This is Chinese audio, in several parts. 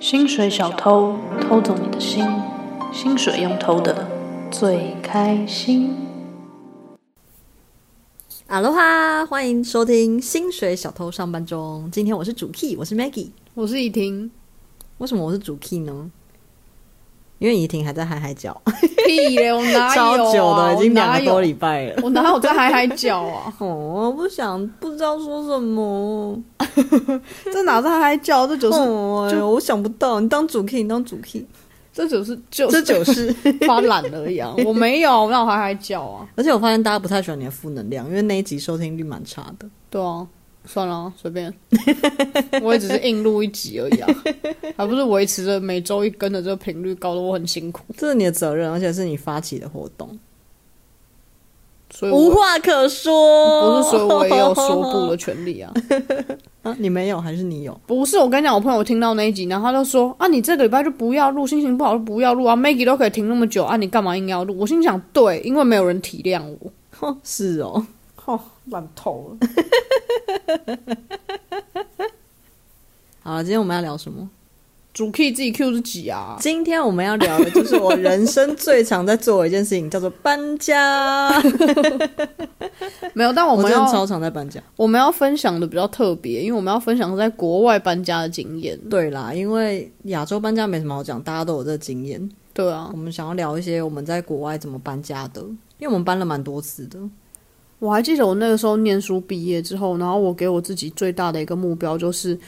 薪水小偷偷走你的心，薪水用偷的最开心。哈喽哈，欢迎收听《薪水小偷上班中》。今天我是主 key，我是 Maggie。我是怡婷，为什么我是主 key 呢？因为怡婷还在海海角，哎屁嘞，我哪有、啊、超久的，已经两个多里，礼拜了。我哪有在海海角 啊？哦，我不想，不知道说什 么。这哪是海海角？这就是、哦，哎呦我想不到。你当主 key，你当主 key， 这就是就这是就是。发懒而已啊！我没有，我哪有海海角啊？ 而且我发现大家不太喜欢你的负能量，因为那一集收听率蛮差的。对啊，算了，随便，我也只是硬录一集而已啊，还不是维持着每周一更的这个频率，搞得我很辛苦，这是你的责任，而且是你发起的活动，所以无嗯我话可说。不是，所以我也有说不的权利啊。啊，你没有还是你有？ 不是，我跟你讲，我朋友听到那一集，然后他就说啊，你这个礼拜就不要录，心情不好就不要录啊，Maggie 都可以停那么久啊，你干嘛硬要录？我心想，对，因为没有人体谅我。哦是哦，哦，烂透了。好了，今天我们要聊什么？主 key 自己 Q 自己啊， 今天我们要聊的就是我人生最常在做的一件事情，叫做搬 家。没有，但我我们真要的我超常在搬家。们要分享的比较特别，因为我们要分享在国外搬家的经验。对啦，因为亚洲搬家没什么好讲，大家都有这个经验。对啊我，们想要聊一些我们在国外怎么搬家的，因为我们搬了蛮多次的。我还记得我那个时候念书毕业之后，然后我给我自己最大的一个目标就是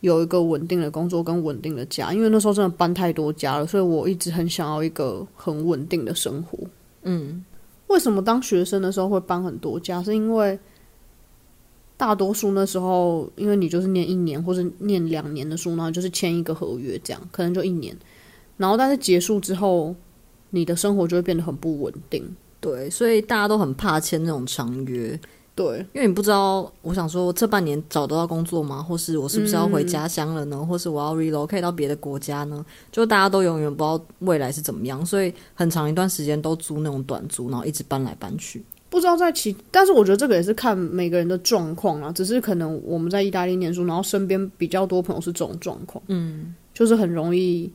有一个稳定的工作跟稳定的家，因为那时候真的搬太多家了，所以我一直很想要一个很稳定的生活。嗯，为什么当学生的时候会搬很多家？是因为大多数那时候，因为你就是念一年或者念两年的书，然后就是签一个合约，这样可能就一年，然后但是结束之后，你的生活就会变得很不稳定。对，所以大家都很怕签那种长约，对，因为你不知道，我想说这半年找得到工作吗？或是我是不是要回嗯家乡了呢？或是我要 relocate 到别的国家呢？就大家都永远不知道未来是怎么样，所以很长一段时间都租那种短租，然后一直搬来搬去。不知道在其，但是我觉得这个也是看每个人的状况啊。只是可能我们在意大利念书，然后身边比较多朋友是这种状况，嗯，就是很容易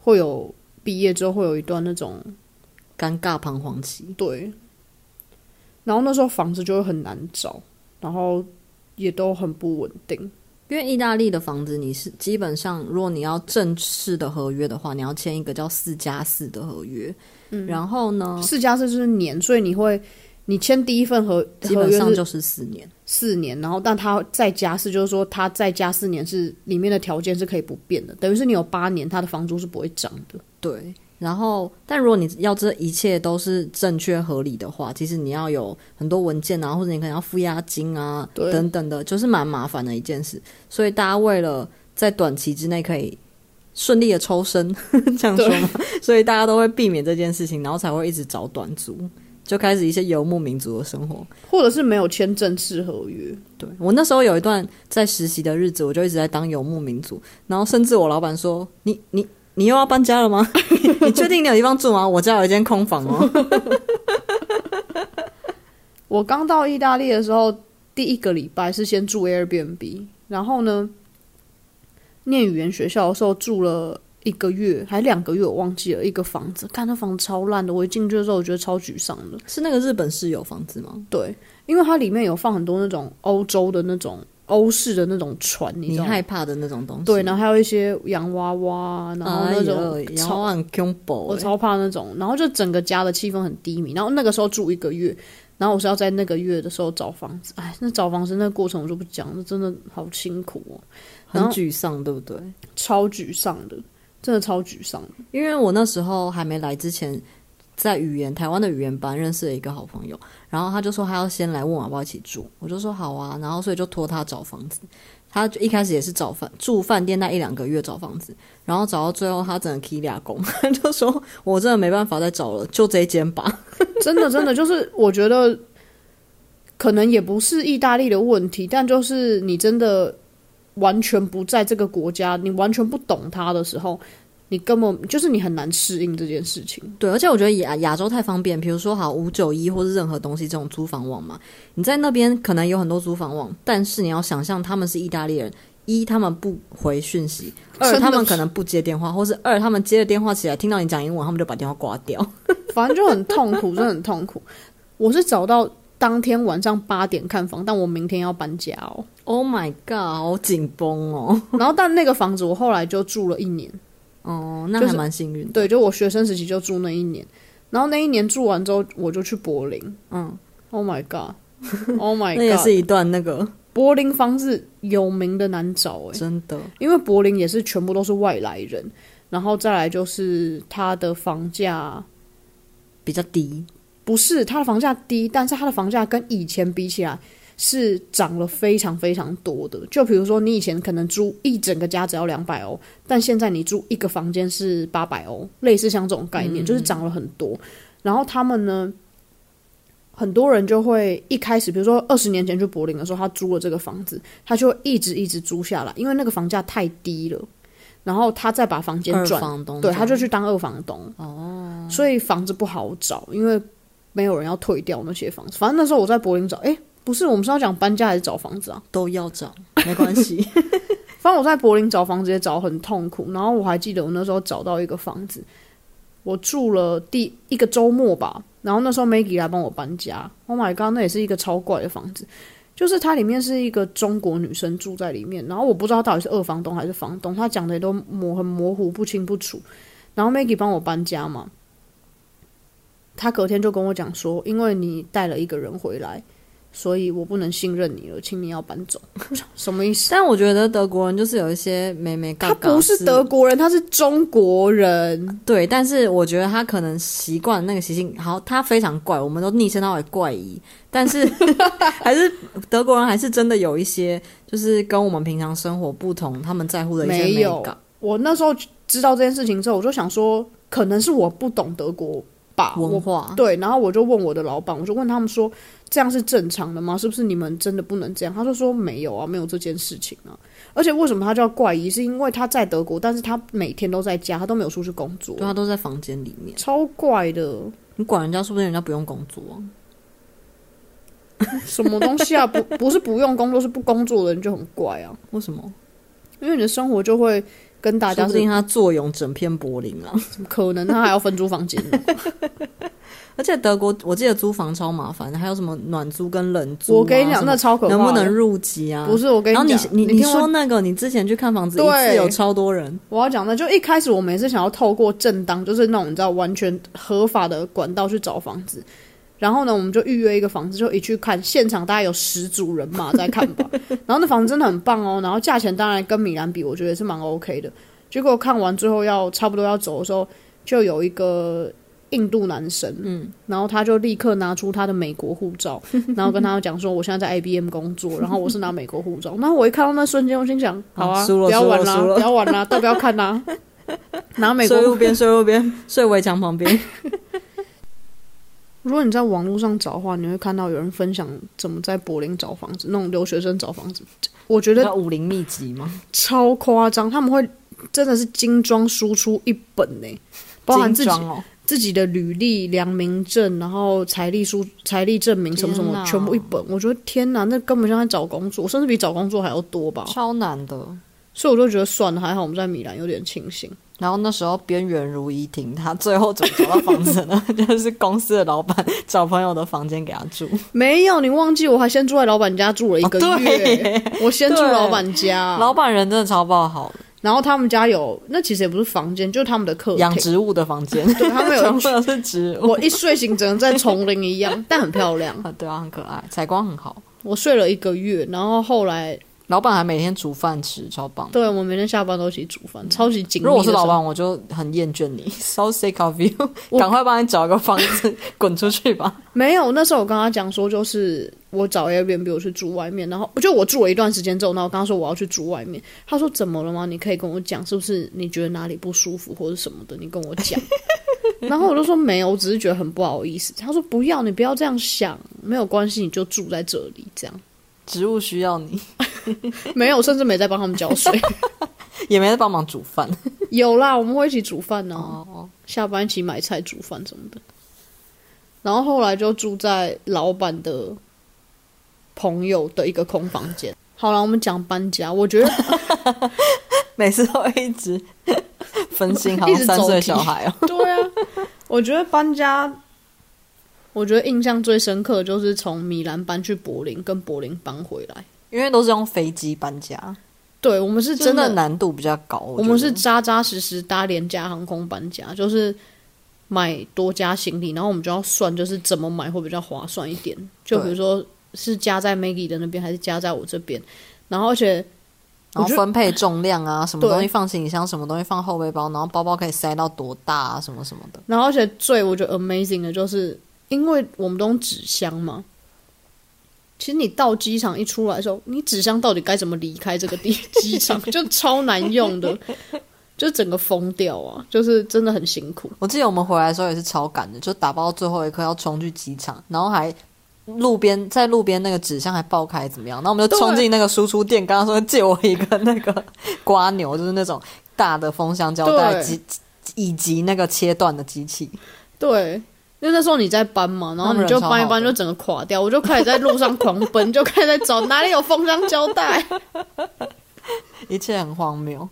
会有毕业之后会有一段那种尴尬彷徨期，对，然后那时候房子就会很难找，然后也都很不稳定。因为意大利的房子，你是基本上，如果你要正式的合约的话，你要签一个叫四加四的合约。嗯，然后呢，四加四就是年，所以你会你签第一份合基合本约上是就是四年。四年，然后但他再加四，就是说他再加四年是里面的条件是可以不变的，等于是你有八年，他的房租是不会涨的。对，然后，但如果你要这一切都是正确合理的话，其实你要有很多文件啊，或者你可能要付押金啊，对等等的，就是蛮麻烦的一件事。所以大家为了在短期之内可以顺利的抽身， 这样说吗？所以大家都会避免这件事情，然后才会一直找短租，就开始一些游牧民族的生活。或者是没有签正式合约，对我那时候有一段在实习的日子，我就一直在当游牧民族，然后甚至我老板说：“你你你又要搬家了吗？ 你确定你有地方住吗？我家有一间空房哦。 我刚到意大利的时候，第一个礼拜是先住 Airbnb，然后呢，念语言学校的时候住了一个月，还两个月，我忘记了一个房子，看那房子超烂的，我一进去的时候我觉得超沮丧的。”是那个日本室友房子吗？对，因为它里面有放很多那种欧洲的那种欧式的那种船，你知你道吗？害怕的那种东西？对，然后还有一些洋娃娃，然后那哎种呦超摇很恐怖我欸。超怕那种，然后就整个家的气氛很低迷。然后那个时候住一个月，然后我是要在那个月的时候找房子，哎，那找房子那个过程我就不讲，那真的好辛苦哦，很然后沮丧，对不对？超沮丧的，真的超沮丧的。因为我那时候还没来之前，在语言台湾的语言班认识了一个好朋友，然后他就说他要先来问我要不要一起住，我就说好啊，然后所以就托他找房子。他就一开始也是找饭住饭店那一两个月找房子，然后找到最后他整个 k 俩工，他就说我真的没办法再找了，就这一间吧。真的，真的就是我觉得，可能也不是意大利的问题，但就是你真的完全不在这个国家，你完全不懂它的时候，你根本就是你很难适应这件事情。对，而且我觉得亚亚洲太方便，比如说好五九一或是任何东西这种租房网嘛，你在那边可能有很多租房网，但是你要想象他们是意大利人，一他们不回讯息，真二的他们可能不接电话，或是二他们接了电话起来听到你讲英文，他们就把电话挂掉。反正就很痛苦，真的很痛苦。我是找到当天晚上八点看房，但我明天要搬家哦。 Oh my god，好紧绷哦。然后，但那个房子我后来就住了一年，哦，那就还是蛮幸运的。对，就我学生时期就住那一年。然后那一年住完之后，我就去柏林。嗯， Oh my god！Oh，Oh my god！那也是一段那个柏林房子有名的难找哎、真的因为柏林也是全部都是外来人，然后再来就是它的房价比较低，不是它的房价低，但是它的房价跟以前比起来是涨了非常非常多的。就比如说你以前可能租一整个家只要两百欧，但现在你租一个房间是八百欧，类似像这种概念，就是涨了很多。然后他们呢，很多人就会一开始，比如说二十年前去柏林的时候，他租了这个房子，他就一直一直租下来，因为那个房价太低了。然后他再把房间二转房东对，这他就样去当二房东。哦，所以房子不好找，因为没有人要退掉那些房子。反正那时候我在柏林找，诶，不是，我们是要讲搬家还是找房子啊？都要涨，没关系。 反正我在柏林找房子也找很痛苦。然后我还记得我那时候找到一个房子，我住了第一个周末吧。然后那时候 Maggie 来帮我搬家，Oh my god，那也是一个超怪的房子。就是它里面是一个中国女生住在里面，然后我不知道到底是二房东还是房东，他讲的也都模很模糊不清不楚。然后 Maggie 帮我搬家嘛，他隔天就跟我讲说，因为你带了一个人回来，所以我不能信任你了，请你要搬走。 我想什么意思？但我觉得德国人就是有一些美美嘎他嘎，不是德国人，他是中国人。对，但是我觉得他可能习惯那个习性，好，他非常怪，我们都昵称他为怪异，但是 还是德国人还是真的有一些，就是跟我们平常生活不同，他们在乎的一些没美有感我那时候知道这件事情之后，我就想说，可能是我不懂德国吧，文啊我化。对。然后我就问我的老板，我就问他们说，这样是正常的吗？是不是你们真的不能这样？他就说没有啊，没有这件事情啊。而且为什么他叫怪异？是因为他在德国，但是他每天都在家，他都没有出去工作对，啊他都在房间里面，超怪的，你管人家说不定人家不用工作啊、什么东西啊？不 不是不用工作，是不工作的人就很怪啊，为什么？因为你的生活就会跟大说家不是定他坐拥整片柏林啊！ 可能他还要分租房 间呢。而且德国，我记得租房超麻烦，还有什么暖租跟冷租、啊。我跟你讲，什那么超可怕的。能不能入籍啊？不是我跟然后你你讲，你你听我说那个，你之前去看房子一对次有超多人，我要讲的，就一开始我们也是想要透过正当，就是那种你知道完全合法的管道去找房子。然后呢，我们就预约一个房子，就一去看，现场大概有十组人马在看 吧。然后那房子真的很棒哦，然后价钱当然跟米兰比，我觉得也是蛮 OK 的。结果看完最后要差不多要走的时候，就有一个印度男生，嗯，然后他就立刻拿出他的美国护照，然后跟他讲说我现在在 IBM 工作，然后我是拿美国护照。然后我一看到那瞬间，我心想，好啊，啊输了不要玩啦，输了输了不要玩啦，都不要看 啦。拿美国睡护路边，睡路边， 睡围墙旁边。如果你在网络上找的话，你会看到有人分享怎么在柏林找房子，那种留学生找房子，我觉得那武林秘籍吗？超夸张，他们会真的是精装输出一本呢、包含自己精装哦，自己的履历、良民证，然后财力书、财力证明什么什天么，哪全部一本。我觉得天哪，那根本像在找工作，甚至比找工作还要多吧。超难的。所以我就觉得算了，还好我们在米兰有点庆幸。然后那时候边缘如一婷，她最后怎么找到房子呢？ 就是公司的老板找朋友的房间给她住，没有，你忘记我还先住在老板家住了一个哦月，我先住对老板家，老板人真的超爆好，然后他们家有，那其实也不是房间，就是他们的客养厅。植物的房间，对他们有 全部一区，都是植物。我一睡醒整个在丛林一样， 但很漂亮。啊，对啊，很可爱，采光很好，我睡了一个月，然后后来，老板还每天煮饭吃，超棒。对我们每天下班都一起煮饭，超级紧密。如果我是老，板，我就很厌倦你 ，so sick of you，赶 快帮你找一个房子 滚出去吧。没有，那时候我跟他讲说，就是我找 Airbnb 我去住外面，然后就我住了一段时间之后，然后我跟他说我要去住外面，他说怎么了吗？你可以跟我讲，是不是你觉得哪里不舒服或者什么的，你跟我 讲。然后我就说没有，我只是觉得很不好意思。他说不要，你不要这样想，没有关系，你就住在这里这样。植物需要你， 没有，甚至没在帮他们 浇水。也没在帮忙煮饭。有啦，我们会一起煮饭呢、哦，下班一起买菜、煮饭什么的。然后后来就住在老板的朋友的一个空房间，好了，我们讲搬家，我 觉得每次都一直分心，好 一像直三走岁题小孩哦、对啊，我觉得搬家，我觉得印象最深刻的就是从米兰搬去柏林，跟柏林搬回来。因为都是用飞机搬家，对我们是真真的的难度比较高。我我觉们得是扎扎实实搭廉价航空搬家，就是买多加行李，然后我们就要算，就是怎么买会比较划算一点。就比如说是加在 Maggie 的那边，还是加在我这边，然后而且然我后觉得分配重量 啊，什么对东西放行李箱，什么东西放后背包，然后包包可以塞到多大啊，什么什么的。然后而且最我觉得 amazing 的就是，因为我们都用纸箱嘛。其实你到机场一出来的时候，你纸箱到底该怎么离开这个 地机场，就超难用的，就整个疯掉啊！就是真的很辛苦。我记得我们回来的时候也是超赶的，就打包最后一刻要冲去机场，然后还路边在路边那个纸箱还爆开怎么样？那我们就冲进那个输出店，刚刚说借我一个那个 瓜牛，就是那种大的封箱胶带对机，以及那个切断的机器，对，因为那时候你在搬嘛，然后你就搬一搬就整个垮掉，我就开始在路上狂奔，就开始在找哪里有封箱胶带。 一切很荒谬。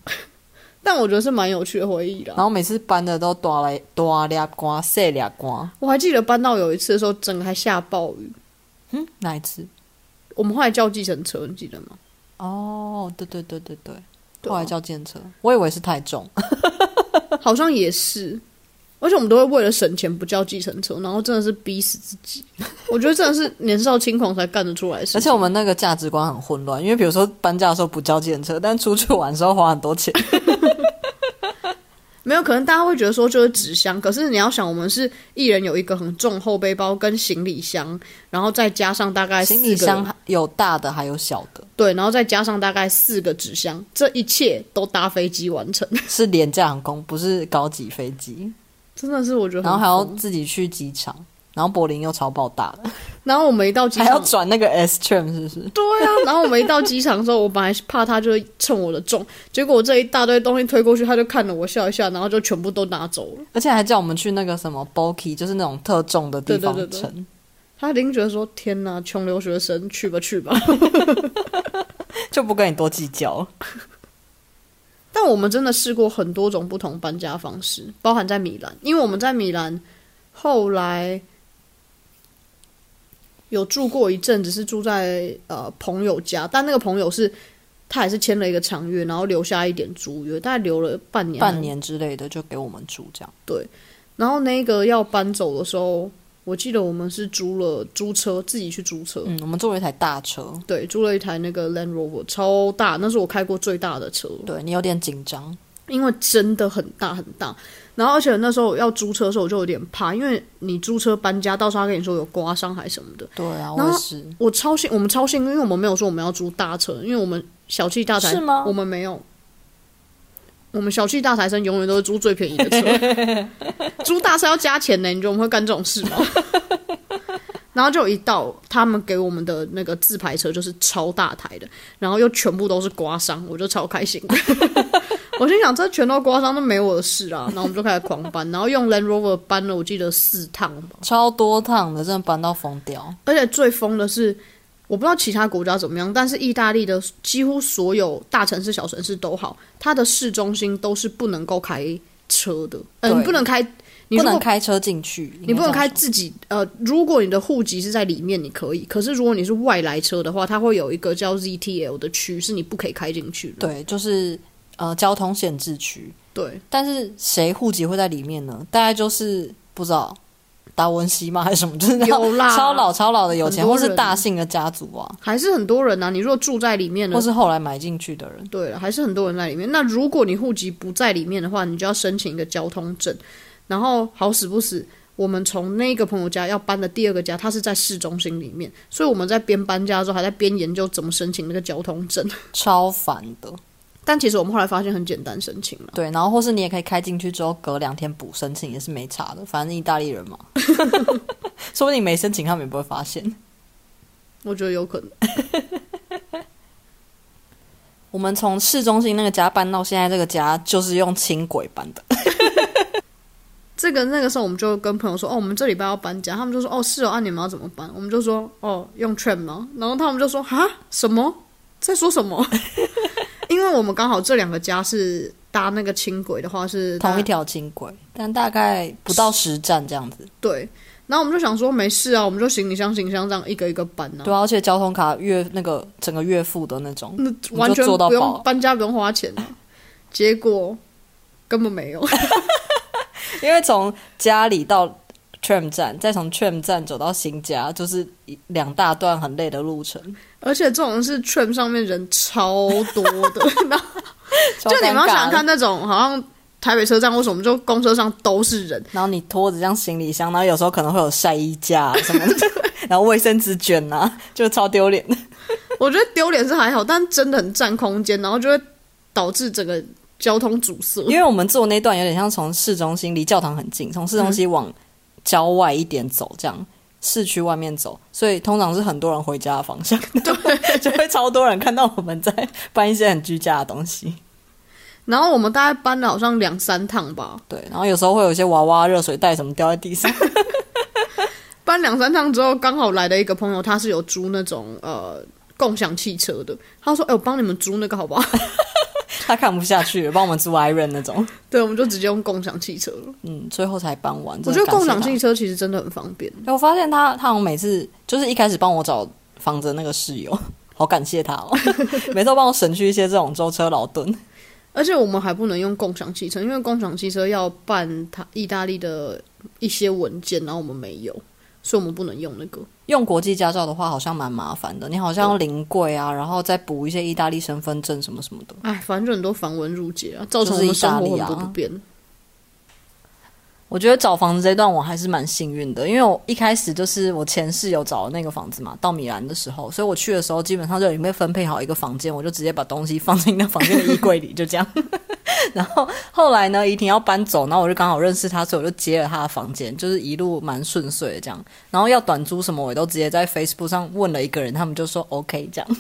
但我觉得是蛮有趣的回忆然啦。后每次搬的都多来多俩瓜，塞俩瓜。我还记得搬到有一次的时候，整个还下暴雨，嗯，哪一次？我们后来叫计程车，你记得吗？哦，对对对对对，对啊后来叫建车，我以为是太 重。好像也是。而且我们都会为了省钱不叫计程车，然后真的是逼死自 己。我觉得真的是年少轻狂才干得出来的事情。而且我们那个价值观很混乱，因为比如说搬家的时候不叫计程车，但出去玩的时候花很多 钱。没有，可能大家会觉得说就是纸箱，可是你要想，我们是一人有一个很重后背包跟行李箱，然后再加上大概四行个李箱有大的还有小 的，对，然后再加上大概四个纸箱，这一切都搭飞机完成， 是廉价航空，不是高级飞机。真的是我觉得然后很还要疯自己去机场，然后柏林又超爆大的，然后我们一到机还要场，转那个 S tram 是不是？对啊，然后我们一到机场的时候，我本来是怕他就会蹭我的重，结果我这一大堆东西推过去，他就看了我笑一笑，然后就全部都拿走了。而且还叫我们去那个什么 bulky，就是那种特重的地方对城。对对他一定觉得说：“天哪，穷留学生，去吧去吧。”就不跟你多计较。但我们真的试过很多种不同搬家方式，包含在米兰，因为我们在米兰后来有住过一阵子，是住在呃朋友家，但那个朋友是他也是签了一个长约，然后留下一点租约，大概留了半年，半。年之类的就给我们住这样，然后那个要搬走的时候，我记得我们是租了租车，自己去租车，嗯，我们坐了一台大车，对，租了一台那个 Land Rover，超大，那是我开过最大的车，对你有点紧张，因为真的很大很大。然后而且那时候要租车的时候，我就有点怕，因为你租车搬家，到时候他跟你说有刮伤还什么的，对啊，然我后也是。我超幸，我们超幸运，因为我们没有说我们要租大车，因为我们小气大财是吗我们没有。我们小气大财生永远都是租最便宜的车， 租大车要加钱呢。你觉得我们会干这种事吗？然后就一到他们给我们的那个自排车就是超大台的，然后又全部都是刮伤，我就超开心的。 我心想这全都刮伤，那没我的事啊。然后我们就开始狂搬，然后用 Land Rover 搬了，我记得四趟吧。超多趟的，真的搬到疯掉。而且最疯的是，我不知道其他国家怎么样，但是意大利的几乎所有大城市、小城市都好，它的市中心都是不能够开车的，嗯、对你不能开，你不如能果开车进去，你不能开应该这样自己，呃，如果你的户籍是在里面，你可以。可是如果你是外来车的话，它会有一个叫 ZTL 的区，是你不可以开进去的。说对，就是呃交通限制区。对，但是谁户籍会在里面呢？大概就是不知道达文西吗还是什么，就是那种有啦超老超老的有钱，很多或人是大姓的家族啊，还是很多人啊。你如果住在里面或的，是后来买进去的人。对了，还是很多人在里面。那如果你户籍不在里面的话，你就要申请一个交通证。然后好死不死，我们从那个朋友家要搬的第二个家，它是在市中心里面，所以我们在边搬家的时候，还在边研究怎么申请那个交通证。超烦的，但其实我们后来发现很简单申请了，对，然后或是你也可以开进去之后隔两天补申请也是没差的，反正意大利 人嘛，说不定没申请他们也不会发现。我觉得有可能。我们从市中心那个家搬到现在这个家，就是用轻轨搬的。这个那个时候我们就跟朋友说，哦，我们这礼拜要搬家，他们就说，哦，是哦，啊，你们要怎么搬？我们就说，哦，用 tram 啊吗？然后他们就说，哈，什么？在说什么？ 因为我们刚好这两个家是搭那个轻轨的话是搭同一条轻轨，但大概不到十站这样子。对，然后我们就想说没事啊，我们就行李箱行李箱这样一个一个搬啊，对啊，而且交通卡月那个整个月付的那种，那完全做到不用饱搬家不用花钱啊，结果根本没有。 因为从家里到 tram 站，再从 tram 站走到新家，就是一两大段很累的路程。而且这种是 tram 上面人超多的， 然后就就你们要想看，那种好像台北车站为什么就公车上都是人，然后你拖着这样行李箱，然后有时候可能会有晒衣架、啊、什么的， 然后卫生纸卷呐、啊，就超丢脸的。我觉得丢脸是还好，但真的很占空间，然后就会导致整个交通阻塞。因为我们坐那段有点像从市中心离教堂很近，从市中心往郊外一点走，这样市区外面走，所以通常是很多人回家的方 向，对， 就会超多人看到我们在搬一些很居家的东西。然后我们大概搬了好像两三趟吧，对，然后有时候会有一些娃娃、热水袋什么掉在地上， 搬两三趟之后，刚好来了一个朋友，他是有租那种呃共享汽车的，他说：“哎、我帮你们租那个好不好 他看不下去了，帮我们租 Iron 那种。？”对，我们就直接用共享汽车了。嗯，最后才搬完。我真觉的感得谢共享他汽车其实真的很方便。欸我发现他，他好像每次就是一开始帮我找房子的那个室友，好感谢他哦， 每次都帮我省去一些这种舟车劳顿。而且我们还不能用共享汽车，因为共享汽车要办它意大利的一些文件，然后我们没有，所以我们不能用那个。用国际驾照的话，好像蛮麻烦的，你好像要临柜啊，然后再补一些意大利身份证什么什么的。哎，反正就很多繁文缛节啊，造成就我是们生活意大很利多啊不便。我觉得找房子这一段我还是蛮幸运的，因为我一开始就是我前室友找的那个房子嘛，到米兰的时候，所以我去的时候基本上就已经被分配好一个房间，我就直接把东西放进那房间的衣柜里， 就这样。然后后来呢，怡婷要搬走，然后我就刚好认识她，所以我就接了她的房间，就是一路蛮顺遂的这样。然后要短租什么，我也都直接在 Facebook 上问了一个人，他们就说 OK 这样。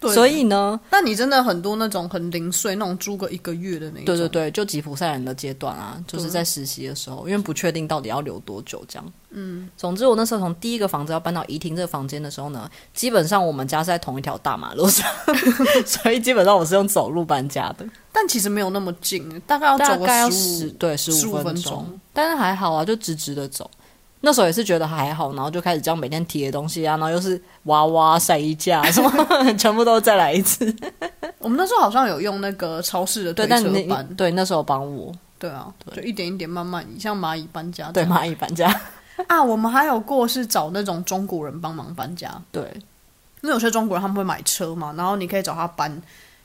对所以呢，那你真的很多那种很零碎，那种租个一个月的那种。对对对，就吉普赛人的阶段啊，就是在实习的时候，因为不确定到底要留多久这样。嗯，总之我那时候从第一个房子要搬到怡婷这个房间的时候呢，基本上我们家是在同一条大马路 上，所以基本上我是用走路搬家的，但其实没有那么近，大概要大走个概要15十对十15五分分钟钟，但是还好啊，就直直的走。那时候也是觉得还好，然后就开始这样每天提的东西啊，然后又是娃娃、晒衣架什么， 全部都再来一次。我们那时候好像有用那个超市的推 对，但车你搬，对对那时候帮我啊，就一点一点慢慢移，像蚂蚁搬家这对样。蚂蚁搬家，啊，我们还有过是找那种中国人帮忙搬家，对，因为有些中国人他们会买车嘛，然后你可以找他搬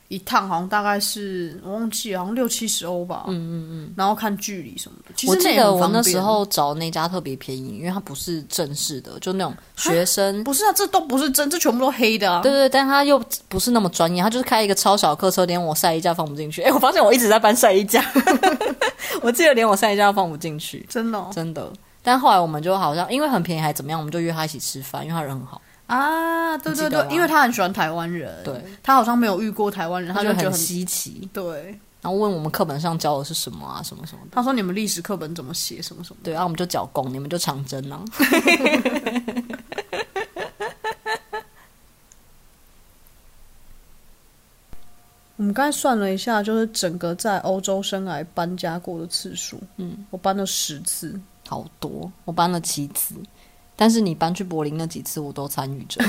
一趟，好像大概是我忘记了，好像六七十欧吧。嗯嗯嗯。然后看距离什么的，其实我那记也得很我方那便时候找那家特别便宜，因为它不是正式的，就那种学生。不是啊，这都不是真，这全部都黑的啊。对对对，但它又不是那么专业，它就是开一个超小客车，连我晒衣架放不进去。哎，我发现我一直在搬晒衣架， 我记得连我晒衣架都放不进去，真的、哦、真的。但后来我们就好像因为很便宜还怎么样，我们就约他一起吃饭，因为他人很好，啊，对对你记得对吗，因为他很喜欢台湾人，对，他好像没有遇过台湾人，他他就就觉得很很稀奇，对。然后问我们课本上教的是什么啊，什么什么的。他说你们历史课本怎么写，什么什么对，然、啊后我们就缴工，你们就长征啊。我们刚才算了一下，就是整个在欧洲生涯搬家过的次数，嗯，我搬了十次，好多，我搬了七次，但是你搬去柏林那几次我都参与 着，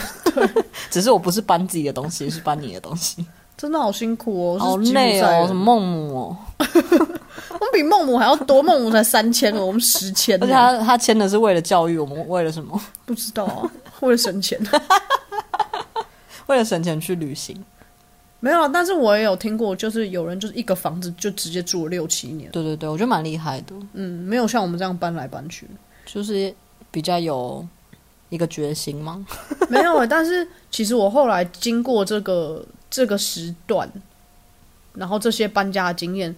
只是我不是搬自己的东西，是搬你的东西，真的好辛苦哦，好是吉普累赛哦，人什么孟母哦，我们比孟母还要多，孟母才三千哦了，我们十千呢，而且他他签的是为了教育，我们为了什么？ 不知道啊，为了省钱。 为了省钱去旅行，没有啊，但是我也有听过，就是有人就是一个房子就直接住了六七年，对对对，我觉得蛮厉害的，嗯，没有像我们这样搬来搬去，就是比较有一个决心吗？没有、欸。但是其实我后来经过这个这个时段，然后这些搬家的经验，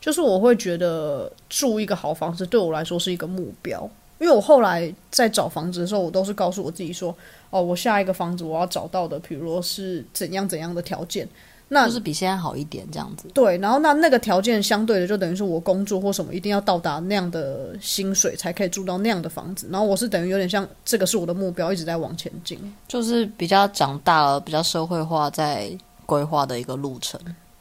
就是我会觉得住一个好房子对我来说是一个目标，因为我后来在找房子的时候，我都是告诉我自己说，哦，我下一个房子我要找到的，比如说是怎样怎样的条件，那就是比现在好一点这样子。对，然后那那个条件相对的，就等于是我工作或什么一定要到达那样的薪水，才可以住到那样的房子。然后我是等于有点像这个是我的目标，一直在往前进。就是比较长大了，比较社会化，在规划的一个路程。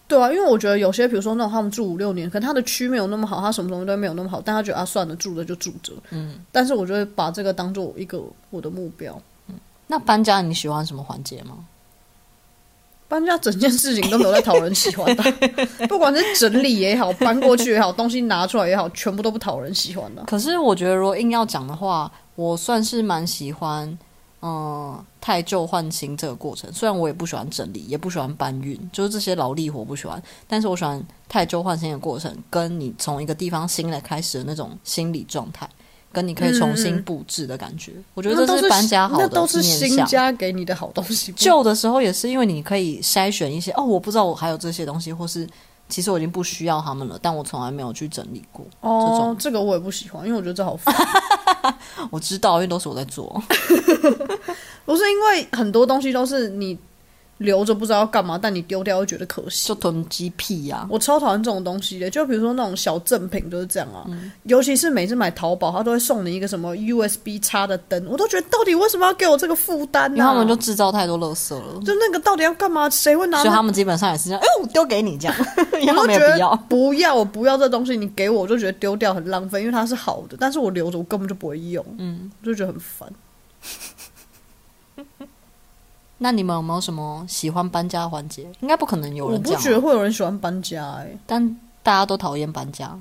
对啊，因为我觉得有些，比如说那种他们住五六年，可能他的区没有那么好，啊他什么东西都没有那么好，但他觉得啊，算了，住着就住着。嗯，但是我就会把这个当做一个我的目标。那搬家你喜欢什么环节吗？搬家整件事情都没有在讨人喜欢的， 不管是整理也好，搬过去也好，东西拿出来也好，全部都不讨人喜欢的。可是我觉得，如果硬要讲的话，我算是蛮喜欢，嗯、太旧换新这个过程。虽然我也不喜欢整理，也不喜欢搬运，就是这些劳力活不喜欢，但是我喜欢太旧换新的过程，跟你从一个地方新的开始的那种心理状态，跟你可以重嗯新嗯布置的感觉。我觉那得都这是搬家好的那都是面新向家给你的好东西。不旧的时候也是因为你可以筛选一些哦，我不知道我还有这些东西，或是其实我已经不需要它们了，但我从来没有去整理过。这哦种，这个我也不喜欢，因为我觉得这好烦。我知道，因为都是我在做。不是因为很多东西都是你留着不知道要干嘛，但你丢掉又觉得可惜就。囤积癖呀、我超讨厌这种东西的，就比如说那种小赠品就是这样啊，嗯尤其是每次买淘宝，他都会送你一个什么 USB 插的灯，我都觉得到底为什么要给我这个负担因呢、为他们就制造太多垃圾了，就那个到底要干嘛？谁会拿所以那他们基本上也是这样，哎、我丢给你这 样，因为他我没都觉有必得要。 不要，我不要这东西，你给我，我就觉得丢掉很浪费，因为它是好的，但是我留着我根本就不会用，嗯，我就觉得很烦。那你们有没有什么喜欢搬家的环节？应该不可能有我人这不样觉得啊，会有人喜欢搬家、哎，但大家都讨厌搬家。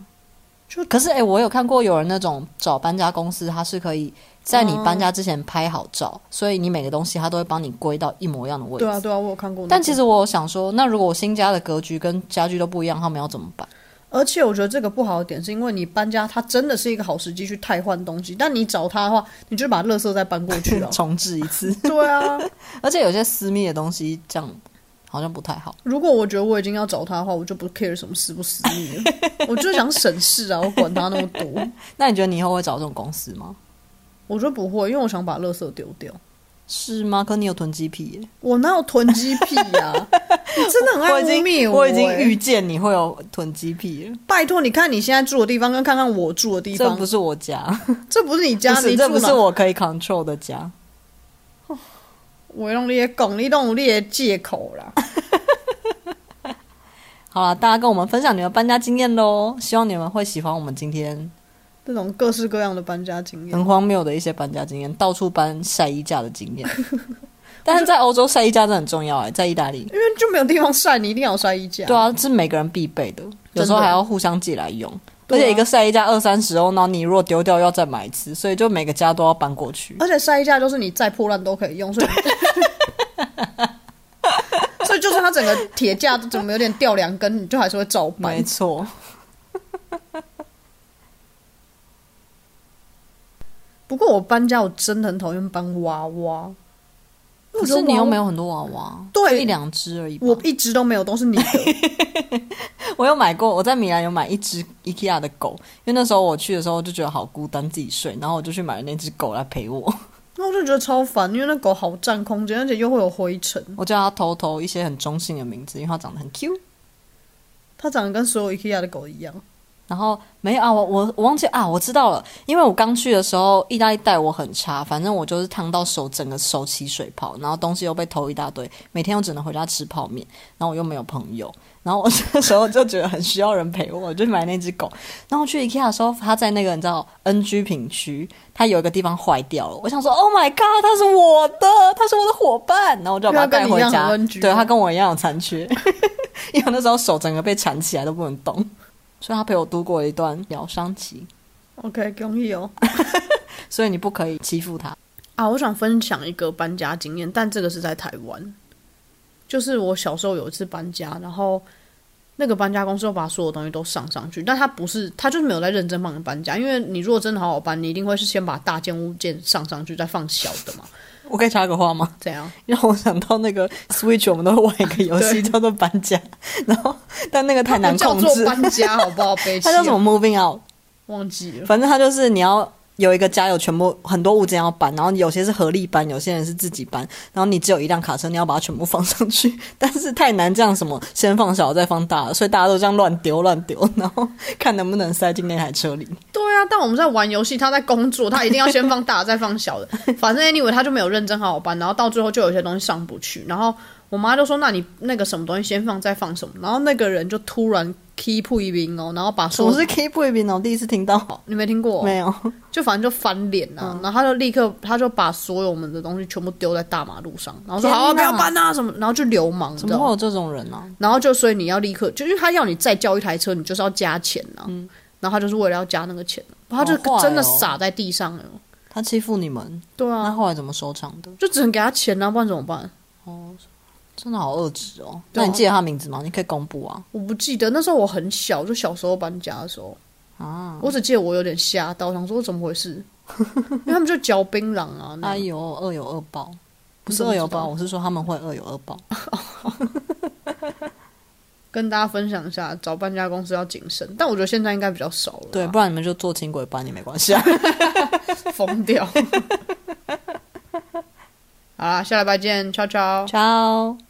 就可是哎、我有看过有人那种找搬家公司，他是可以在你哦搬家之前拍好照，所以你每个东西他都会帮你归到一模一样的位置。对啊，对啊，我有看过那个。但其实我有想说，那如果我新家的格局跟家具都不一样，他们要怎么办？而且我觉得这个不好的点是因为你搬家，它真的是一个好时机去汰换东西，但你找它的话，你就把垃圾再搬过去啊了。 重置一次，对啊，而且有些私密的东西这样好像不太好。如果我觉得我已经要找它的话，我就不 care 什么私不私密了，我就想省事啊，我管它那么多。 那你觉得你以后会找这种公司吗？我觉得不会，因为我想把垃圾丢掉。是吗？可你有囤积癖耶，我哪有囤积癖呀、你真的很爱我污已蔑经我已经欸预见你会有囤积癖了。拜托，你看你现在住的地方跟看看我住的地这方，不是我家，这不是你家，不是你这住不是哪？我可以 control 的家。我用你的拱，你用你的借口啦。 好了，大家跟我们分享你们搬家经验喽，希望你们会喜欢我们今天这种各式各样的搬家经验，很荒谬的一些搬家经验，到处搬晒衣架的经 验。但是在欧洲晒衣架真的很重要哎、在意大利。因为就没有地方晒，你一定要有晒衣架。对，啊，是每个人必备的，有时候真的还要互相借来用。而对啊且一个晒衣架二三十哦欧，然后你如果丢掉又要再买一次，所以就每个家都要搬过去。而且晒衣架就是你再破烂都可以用， 所以。所以，就算它整个铁架都怎么有点掉两根，你就还是会照搬没。错，不过我搬家，我真的很讨厌搬娃娃。 可是你又没有，有很多娃娃，对就一两只而已吧。我一直都没有，都是你的。 我有买过，我在米兰有买一只 IKEA 的狗，因为那时候我去的时候就觉得好孤单，自己睡，然后我就去买了那只狗来陪我。那我就觉得超烦，因为那狗好占空间，而且又会有灰尘。我叫它偷偷一些很中性的名字，因为它长得很 Q。它长得跟所有 IKEA 的狗一样。然后没有啊，我我我忘记啊，我知道了，因为我刚去的时候，意大利带我很差，反正我就是烫到手，整个手起水泡，然后东西又被偷一大堆，每天我只能回家吃泡面，然后我又没有朋友，然后我这时候就觉得很需要人陪我，我就买那只狗。然后去 IKEA 的时候，它在那个你知道 NG 品区，它有一个地方坏掉了，我想说 Oh my God，它是我的，它是我的伙伴，然后我就要把它带回因为它家跟你一样很 NG 哦。对，它跟我一样有残缺， 因为我那时候手整个被缠起来都不能动。所以他陪我度过了一段疗伤期， OK，恭喜哦！所以你不可以欺负他。啊，我想分享一个搬家经验，但这个是在台湾，就是我小时候有一次搬家，然后那个搬家公司又把所有东西都上上去，但他不是，他就是没有在认真帮你搬家，因为你如果真的好好搬，你一定会是先把大件物件上上去，再放小的嘛，我可以插个话吗？ 这样。让我想到那个 Switch，我们都会玩一个游戏对叫做搬家，然后但哦那个太难叫控做制。 搬家好不好？悲它叫什么 Moving Out？忘记了。反正它就是你要有一个家有全部很多物件要搬，然后有些是合力搬，有些人是自己搬，然后你只有一辆卡车，你要把它全部放上去，但是太难这样什么先放小再放大了，所以大家都这样乱丢乱丢，然后看能不能塞进那台车里。对啊，但我们在玩游戏，他在工作，他一定要先放大的，再 放小的。反正 anyway，他就没有认真好好搬，然后到最后就有些东西上不去。然后我妈就说：“那你那个什么东西先放，再放什么？”然后那个人就突然 keep 一兵哦，然后把什所有么是 keep waving？我第一次听到，你没听过、没有。就反正就翻脸啊，嗯然后他就立刻他就把所有我们的东西全部丢在大马路上，然后说：“天好、啊，不要哪搬啊什么。”然后就流氓，你怎知道么吗会有这种人啊呢、然后就所以你要立刻，就因为他要你再叫一台车，你就是要加钱呐、然后他就是为了要加那个钱，然后他嗯好就坏真的哦撒在地上了。他欺负你们，对那啊，后来怎么收场的？就只能给他钱啊，不然怎么办？哦真的好恶质哦！对那啊你记得他名字吗？你可以公布啊。我不记得那时候我很小，就小时候搬家的时候，啊，我只记得我有点吓到，想说怎么回事，因为他们就嚼槟榔啊，那 哎样呦，恶有恶报，不是我恶怎么有知道报，我是说他们会恶有恶报。跟大家分享一下，找搬家公司要谨慎，但我觉得现在应该比较少了，对，，啊不然你们就坐轻轨搬也没关系 啊。疯掉。好啦，下礼拜见，悄悄。 ciao